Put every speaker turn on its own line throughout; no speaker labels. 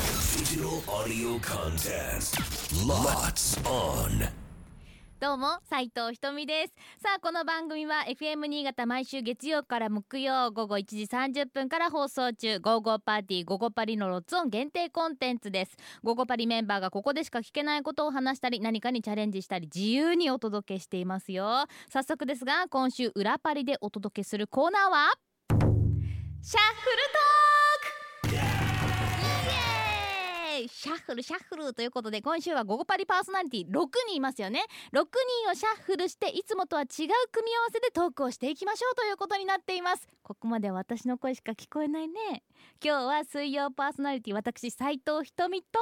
digital audio contest. Lots on.
どうも斉藤ひとみですさあこの番組は FM 新潟毎週月曜から木曜午後1時30分から放送中「ゴーゴーパーティーゴゴパリ」のロッツオン限定コンテンツですゴゴパリメンバーがここでしか聞けないことを話したり何かにチャレンジしたり自由にお届けしていますよ早速ですが今週裏パリでお届けするコーナーはシャッフルトークイエーイシャッフルシャッフルということで今週は「ゴゴパリ」パーソナリティ6人いますよね6人をシャッフルしていつもとは違う組み合わせでトークをしていきましょうということになっていますここまでは私の声しか聞こえないね今日は水曜パーソナリティ私斉藤ひとみと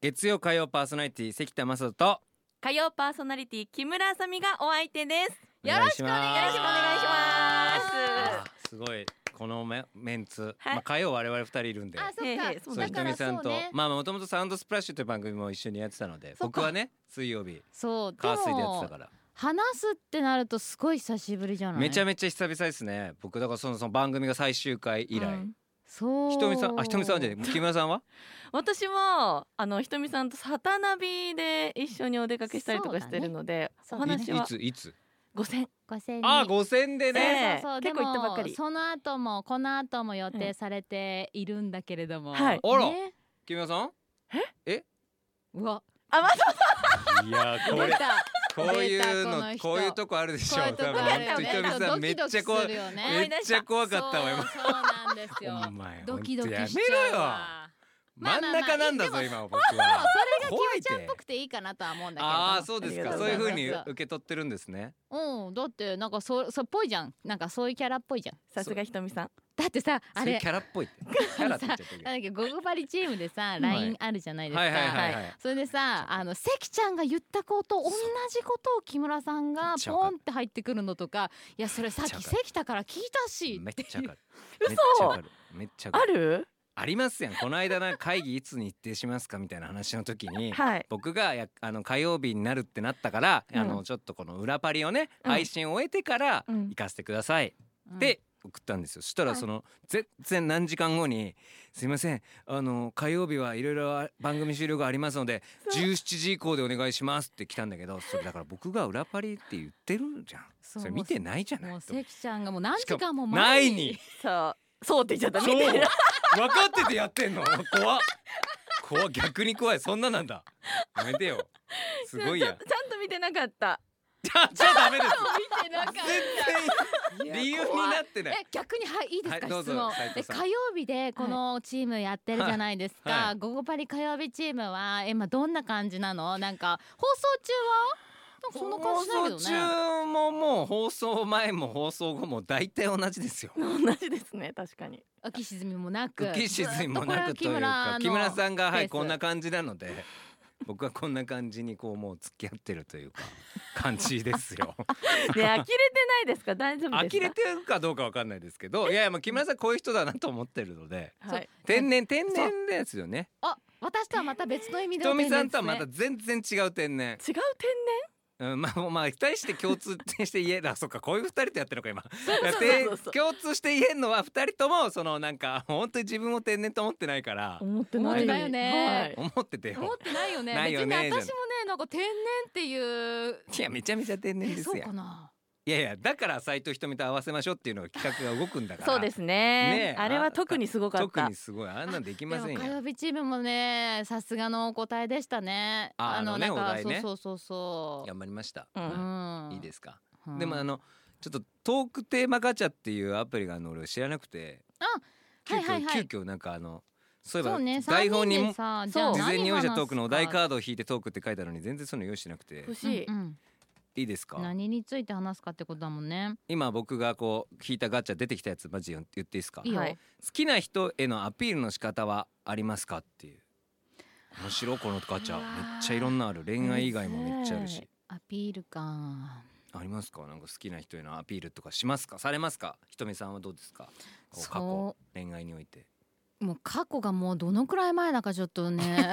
月曜火曜パーソナリティ関田正人と
火曜パーソナリティ木村あさみがお相手です
よろしくお願いします
よろしくお願いします
すごいこのメメンツ、
はい
まあ火曜我々二人いるんで
あそ
え
っ
え
か、
ええそ
そうう
な
だ
ん
ひ
か
と
で
ら
みさん
そう
と、
ね
まあもともとサウンドスプラッシュという番組も一緒にやってたので
そっか
僕はね水曜日
そうで
カー水でやってた
も
から
話すってなるとすごい久しぶりじゃない
めちゃ
めち
めちゃ久々ですね僕だからそのその番組が最終回以来、
そう
ひとみさんあひとみさんじ ゃない木村さんは
私もあのひとみさんとサタナビで一緒にお出かけしたりとかしてるので、
そ
お
うだね
話
いい
は
ついつ
五千
ご千人
あ五千でね
そうそ
ね
うそう
結構行ったばっかり
でもその後もこの後も予定されているんだけれども、
はい
あら
ね
木村さん
うわ
あまた
いや こ
出
れ
た
こうい
出
う
たこの
の
人
こういうとこあるでし
こ
ょ
ういうとこあるよね。
多分ほんとひとみさんめっちゃ怖い
ドキドキするよね
めっちゃ怖かったわ今
そうそうなんです よ
お。前
ドキドキ
ほん
し
と
ち
やめ
ゃう
ろよ
わ。まあ
真
まあ
ん
まあ
中なんだ
で
ぞ
も
今僕は
それがキムちゃんっぽくていいかなとは思うんだけれども。
ああーそうですか
ありがと
そうういう
ございます
風に受け取ってるんですね
うん、だってなんかそうそうっぽいじゃん。なんかそういうキャラっぽいじゃん。
さすがひとみさん
だってさあ
そういう
れ
キャラっぽいってキャラって言っちゃってるけど
なんだっけゴゴバリチームでさ
い
LINE あるじゃないですか。
はいはいはいはい
それでさあの関ちゃんが言ったこと同じことを木村さんがポンって入ってくるのとかいやそれさっ
めっ
き
ちゃわか
関田から聞いたし
めっちゃわかる
嘘
めっちゃわかるめっちゃわ
あ
かる
る
ありますやんこの間な会議いつに一定しますかみたいな話の時に
はい
僕がやあの火曜日になるってなったから、
うん
あのちょっとこの裏パリをね、
うん
配信を終えてから
うん
行かせてください
うん
って送ったんですよ、そしたらその、全然何時間後に「すいませんあの火曜日はいろいろ番組終了がありますので17時以降でお願いします」って来たんだけどそれだから僕が裏パリって言ってるじゃん
そ
そうれ見てないじゃな
もう
いと思っ
関ちゃんがもう何時間も
てな
前
い
に
に
そうそうって言っちゃった
そう
みたいな
分かっててやってんの怖っ怖っ逆に怖いそんななんだやめてよすごいや
ちゃんちゃんと見てなかった
じゃあじゃあダメです
見てなかった
全然理由になってない
え逆にはいいいですか、
はいどう
質
ぞ
問
斉
で
藤さん
火曜日でこのチームやってるじゃないですか、
はいはい
午後パリ火曜日チームはえ今どんな感じなのなんか放送中はなんかそんな感じだけど
放
ね
送中ももう放送前も放送後も大体同じですよ
同じですね確かに
浮き沈みもなく
浮き沈みもなくというか木村
ん
さんがは
ペー
い
ス
こんな感じなので僕はこんな感じにこうもう付き合ってるというか感じですよ
ね呆れてないですか大丈夫です
呆
か
れてるかどうかわかんないですけどいやいやまあ木村さんこういう人だなと思ってるので
はい
天然天然ですよね
あ私とはまた別の意味
ひ
での
とみ
天然で
さんと
す
は
ね
また全然違う天然
違う天
うん、まあまあ二人して共通して言え だそっかこういう二人とやってるのか今
うそう
で
そうそう
共通して言えんのは二人ともそのなんか本当に自分を天然と思ってないから
然思って
ない
ない
はい
思ってて
思っ
よ
てないよね
ないよね
別に
じゃん
私もねなんか天然っていう
いやめちゃめちゃ天然
え
です
そう
や
かない
やいやだから斎藤ひとみと合わせましょうっていうのが企画が動くんだから
そうですね
ねえ
あれは特にすごかっ
特
た
にすごいあんなんできません
で
よ
も火曜日チームもねさすがのお答えでしたね
ああのね
なんか
お題ね
そうそうそうそう、
頑張りました、
うん
はいいいですすか、
うん
でもあのちょっとトークテーマガチャっていうアプリがあるの俺知らなくて
あ
急遽、
はいはいはい
急遽なんかあのそういえ
そ
ば
うね
台本に
三人でさ
も
そう
じゃあ
事前に用意し
何話す
た
か
トークのお題カードを引いてトークって書いてあるのに全然そういうの用意してなくて
欲しい、
うんうん
いいですか
何について話すかってことだもんね
今僕がこう引いたガチャ出てきたやつマジで言っていいですか
いいよ、
はい
好きな人へのアピールの仕方はありますかっていう面白いこのガチャ
うわー
めっちゃいろんなある恋愛以外もめっちゃあるし
アピールか
ありますかなんか好きな人へのアピールとかしますかされますかひとみさんはどうですかこう過去
そ
恋愛において
うもう過去がもうどのくらい前だかちょっとね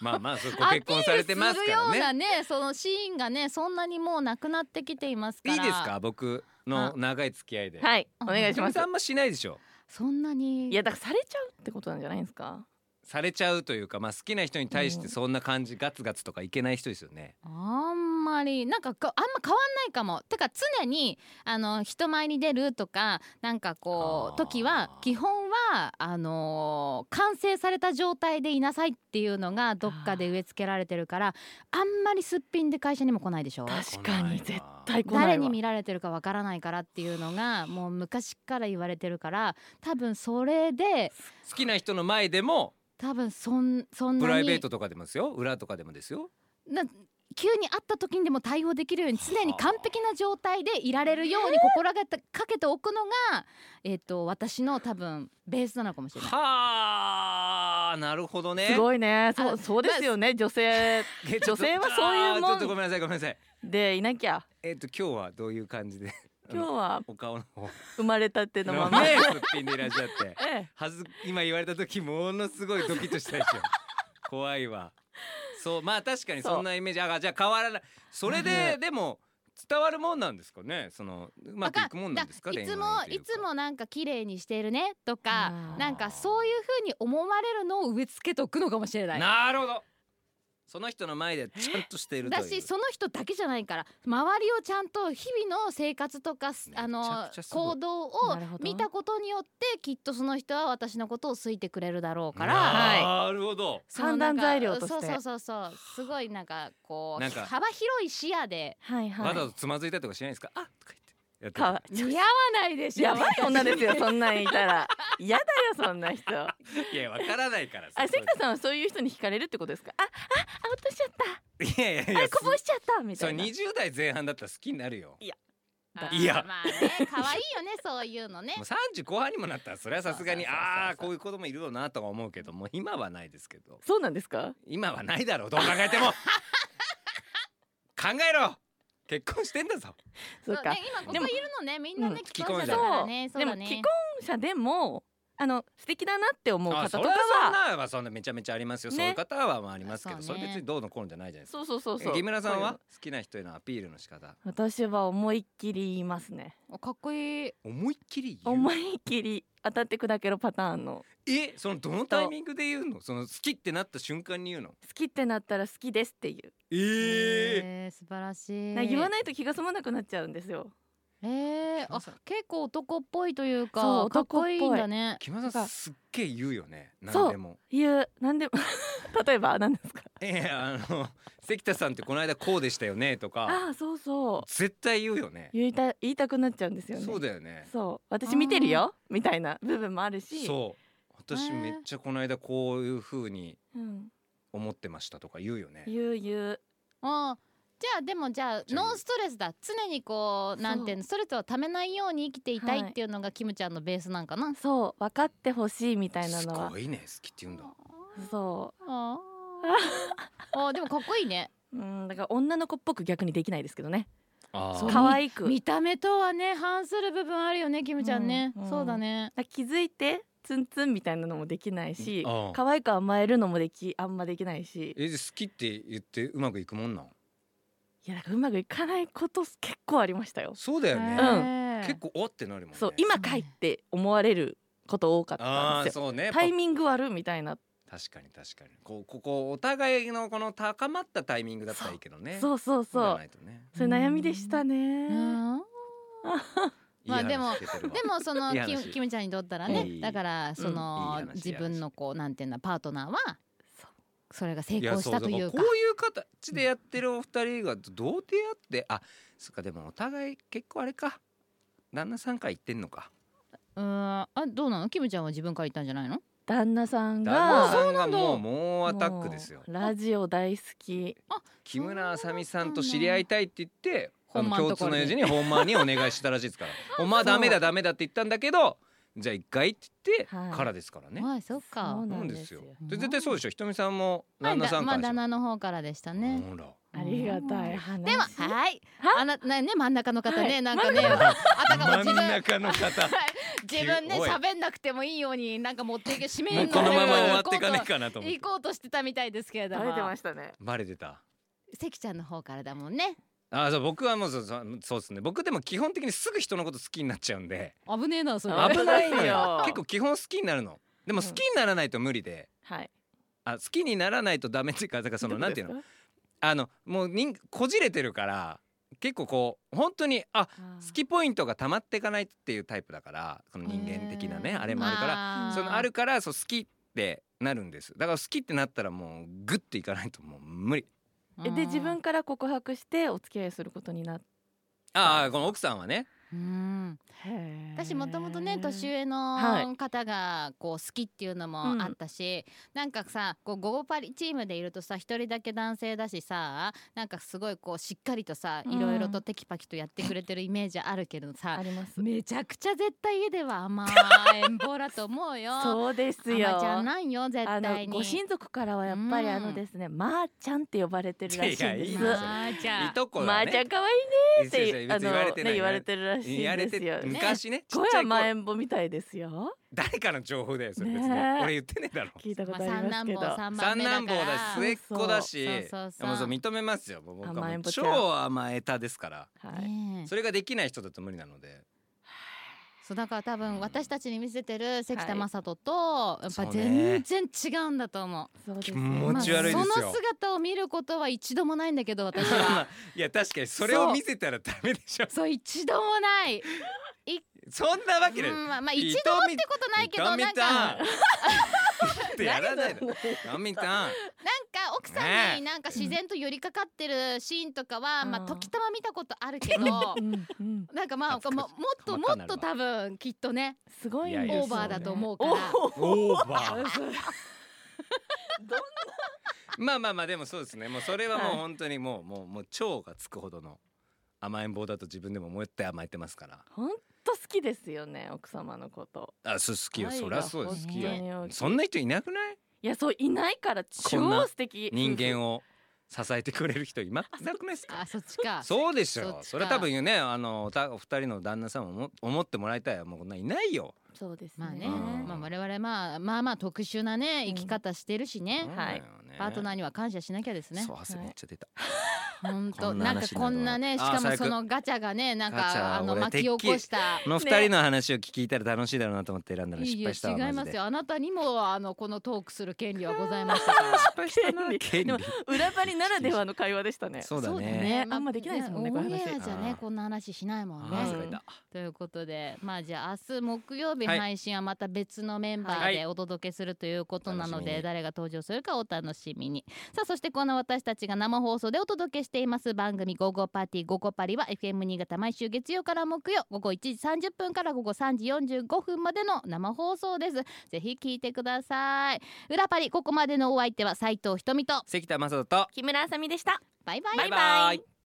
まあまあそう ご結婚されてますか
アピールするような
らね
ねそのシーンがねそんなにもうなくなってきていますか
い
ら
いですか僕の長い付き合いで
はいお願い
ひ
し
と
ま
み
す
さんもしないでしょ
そんなに
いやだからされちゃうってことなんじゃないんですか
されちゃうというか、まあ、好きな人に対してそんな感じガツガツとかいけない人ですよね。
あんまりなんかこうあんま変わんないかもてか常にあの人前に出るとかなんかこ
あー
う時は基本はあのー完成された状態でいなさいっていうのがどっかで植え付けられてるからあんまりすっぴんで会社にも来ないでしょ
確かに絶対来ないわ
誰に見られてるかわからないからっていうのがもう昔から言われてるから多分それで
好きな人の前でも
多分そんそんなに
プライベートとかでもですよ裏とかでもですよ。
な急に会った時にでも対応できるように常に完璧な状態でいられるように心がけかけておくのが、えっと私の多分ベースなのかもしれない。
はあなるほどね。
すごいねそ
あ
うそうですよね女 性
えちょっと
女性はそういうもん
あーちょっとごめんなさいごめんなさい。
でいなきゃ
えっ、と今日はどういう感じで
今日は
お顔の方
生まれたてのま ま、
ねすっぴんでいらっしゃって。
ええ
はず今言われた時ものすごいドキッとしたでしょ怖いわそうまあ確かにそんなイメージあじゃあ変わらないそれで、
う
でも伝わるもんなんですかねそのうまくいくもんなんですか
だいつ
恋
も
愛と
いう
か
つもなんか綺麗にしてるねとか
あー
なんかそういう風に思われるのを植え付けとくのかもしれない。
なるほどその人の前でちゃんとしているという
だしその人だけじゃないから周りをちゃんと日々の生活とかす
めちゃ
あ
くち
の
ゃすごい
行動を
なるほど
見たことによってきっとその人は私のことを好いてくれるだろうから。
はい
なるほど
そのなんか
判断材料として
そうそうそうそうすごいなんかこう
なんか
幅広い視野で
はいは
わ
い
ざとつまずいたりとかしないですかあとか言って
か
やっ
わ
似合わないでしょ
やばい 女ですよそんなんいたら嫌だよそんな人あ
てたいやわからないからさ
関田さんはそういう人に惹かれるってことですかあああ落としちゃった
いやいやいや
あれこぼしちゃったみ
そ
た
う
いな
20代前半だったら好きになるよ
あー
いや
まあね可愛いよねそういうのね
もう30後半にもなったらそれはさすがに
そうそうそうそう
ああーこういう子供いるよなとは思うけどもう今はないですけど
そうなんですか
今はないだろうどう考えても考えろ結婚してんだぞ
そうか
ね今
で
こ
も
こいるのねみんなね
うん
既婚者だからね
そ
そううだね
でも既婚者でもあの素敵だなって思う
あ
方
そ
と
れ
か
はそん
は
なはそんなめちゃめちゃありますよ、
ね
そういう方はまあありますけど
そ
そう
ね
れ別にどうのこうのじゃないじゃないですか
そうそうそうそう
え木村さん
こ
は好きな人へのアピールの仕方
ういうの私は思いっきり言いますね
おかっこいい
思いっきり言う
思いっきり当たって砕けろパターンの
えそのどのタイミングで言うのその好きってなった瞬間に言うの
好きってなったら好きですっていう、
ええ
えー素晴らしい
なんか言わ
い
ないと気が済まなくなっちゃうんですよ
えーあ結構男っぽいというか
そう
かっこいいんだね
木村
な
さ
ん
ん
か
すっげえ言うよね
そう
何でも
いうなんでも 例えば何ですか
ええあの関田さんってこの間こうでしたよねとか
ああそうそう
絶対言うよね
言いた言いたくなっちゃうんですよね
そうだよね
そう私見てるよみたいな部分もあるし
そう私
ね
めっちゃこの間こういう風に
う、ん、
思ってましたとか言うよね
言う言う
あーじゃあでもじゃあ
じゃあ
ノンストレスだ常にこうなんていうのストレスをためないように生きていたいっていうのがキムちゃんのベースなんかな
そう分かってほしいみたいな
す
のは
ごいね好きって言うんだ
そ
あーあーでもかっこいいね
ううんだから女の子っぽく逆にできないですけどね
あ
そう
ー
可愛く
見た目とはね反する部分あるよねキムちゃんね、
うんうん
そうだね
だから気づいてツンツンみたいなのもできないし
うん
可愛く甘えるのもできあんまできないし
えじゃあ好きって言ってうまくいくもんなん
いやだからうまくいかないこと結構ありましたよ
そうだよ
う
ね
ん
結構おってなるもんね
そう今かいって思われること多かった
あ
ん
あ
ですよ
そうね
タイミング悪みたいな
確かに確かにこうここお互いのこの高まったタイミングだったらいいけどね
そうそう
じゃ
そう
ないとね
それ悩みでしたね
うんまあ
いい話
でも
聞けてるわ
でもその
いい
キム
話
キムちゃんにとったらね、
いい
だからその
い、い話
自分のこうなんていうんだパートナーは
そう
それが成功したというか
やそうだらこういう形でやってるお二人がどう出会ってあそっかでもお互い結構あれか旦那さんから言ってんのか
うーんあどうなのキムちゃんは自分から言ったんじゃないの
旦那さん
旦那
が
さん
あ
がもう
そうなんだ
猛アタックですよ
もうラジオ大好き
木村あさみさんと知り合いたいって言って
そうな
あ
んだ
の共通の友人に本間にお願いしたらしい ですから「お前ダメだダメだ」って言ったんだけどじゃあ一回って言って
はい
からですからね。
はいそっか
そう
なん
ん
ですよ
ですよ。
で絶対そうでしょひとみさんも旦那さん
ま
か
あ
らでしょ
旦那の方からでしたね、
ほら
ありがたい話
でもはい
は
あなねね真ん中の方ね、
はい
なん かねあたかも自
真ん
分
中の 方
自分ね
おい
喋んなくてもいいようになんか持っていけ締め
もう
る
このまま終わ
行
っていかねえかなと思って
行こうとしてたみたいですけれど
バレて
も
ましたね
バレてた。
関ちゃんの方からだもんね
あそう僕はもうそうそうそうですね僕でも基本的にすぐ人のこと好きになっちゃうんで
危ねえなそれ
あ
危ないの
そうですよ
よ結構基本好きになるのでも好きにならないと無理で、
はい
あ好きにならないとダメっていうかだからそのなんていうのあのもう人こじれてるから結構こう本当にあ好きポイントが溜まっていかないっていうタイプだからその人間的な
へ
ね
ー
あれもあるから
ま
そのあるからそう好きってなるんですだから好きってなったらもうグッていかないともう無理
えで自分から告白してお付き合いすることになっ
ああこの奥さんはね
うん私もともとね年上の方がこう好きっていうのもあったし、なんかさこう午後パリチームでいるとさ一人だけ男性だしさなんかすごいこうしっかりとさ
うん
いろいろとテキパキとやってくれてるイメージあるけどさ
あ、ります
めちゃくちゃ絶対家では甘えん坊だと思うよ。
そうですよ
甘ちゃんなんよ絶
あの
対に。
ご親族からはやっぱり
うん
あのですね、まーちゃんって呼ばれてるらしいんです
いやいいな
まあじゃ
い
あ
とこ
ま
は
ーちゃ
ね
ん可愛いねって
いやいや別に言われてな
あの
い
ね言われてるらし
言わ
いん
れ
です
て
よね
昔ねちっ
声
ちゃ
はいま
頃
んぼみたいですよ
誰かの情報だよそれ別に
ねえ
俺言ってねえだろ
聞いたこ
まあ
とあ
三
ります
男
け
坊三
ど、
番
三
目だ
男
か
坊
ら。
だし末っ子だし
そうそうそう
もうそう認めますよ僕はも
甘えん
う
坊ちゃ
超
ん
甘えたですから
はい、
ねえ
それができない人だと無理なので
そうだから多分私たちに見せてる関田
はい
正人とやっぱ
そう
全
ね
然違うんだと思
そうです
気
ね
う。
持
まあ
ち悪いですよ
その姿を見ることは一度もないんだけど私 は。
いや確かにそれを見せたらダメでしょ
そう一度もない。
そんなわけで
うんまあまあ一度もってことないけどなんかなんか
ってやらないのダ メたん
奥さんになんか自然と寄りかかってるシーンとかは
うん
まあ時たま見たことある けど。
うんうん
なんかまあ
懐
もも
か
っ
しい
とも
細か
っ
なる
と
わ
多分きっとね
すごいん
いやいや
ですよね
オーバーだと思うから
おー
オーバー
どん
まあまあまあでもそうですねもうそれはもう本当にもうもうもう超がつくほどの甘えん坊だと自分でも思って甘えてますから
本当好きですよね奥様のこと
あそう好きよ
愛
そり
が
ゃそうです好
本
き
当
に大
よ
きい
そんな人いなくない
いやそういないから
んな
超素敵
人間を
を
支えてくれる人いまいなくないですか
あそっちか
そうでし
そっ
ょ
ちか
それは多分ねあのたお二人の旦那さんも思思ってもらいたいよもうこんなんいないよ
そうですね
まあね、
うん
まあ我々まあまあまあ特殊なね生き方してるしね、
はい
パートナーには感謝しなきゃですね
そう汗めっちゃ出た
本当
こんな
なんかこ
話になると
ん
は
なねし
あー
かも
最
そ
悪
のガチャがねなん
ガチ
か
ャ
あの
俺
巻き起こした
この二人の話を聞いたら楽しいだろうなと思って選んだら
い
失
や
敗したわ
違いま
マジ
す
で
よあなたにもあのこのトークする権利はございましたから
失敗した な権
でも
利
裏張りならではの会話でしたね
そうだ
そうだ
ね
ね
あんまできないですもんね
まあ
こういう話
オンエアじゃ
う
ね
ん
こんな話しないもん
あー汗
ね
かいた
ということでまあじゃあ明日木曜日
はい
配信はまた別のメンバー
は
で
い
お届けするということなの
楽しみ
で
に
誰が登場するかお楽しみにさあそしてこの私たちが生放送でお届けしています番組「午後パーティー午後パリ」は FM 新潟毎週月曜から木曜午後1時30分から午後3時45分までの生放送ですぜひ聞いてください裏パリここまでのお相手は斉藤ひとみと
関田正人と
木村あさみでした
バイバイ
バイバイ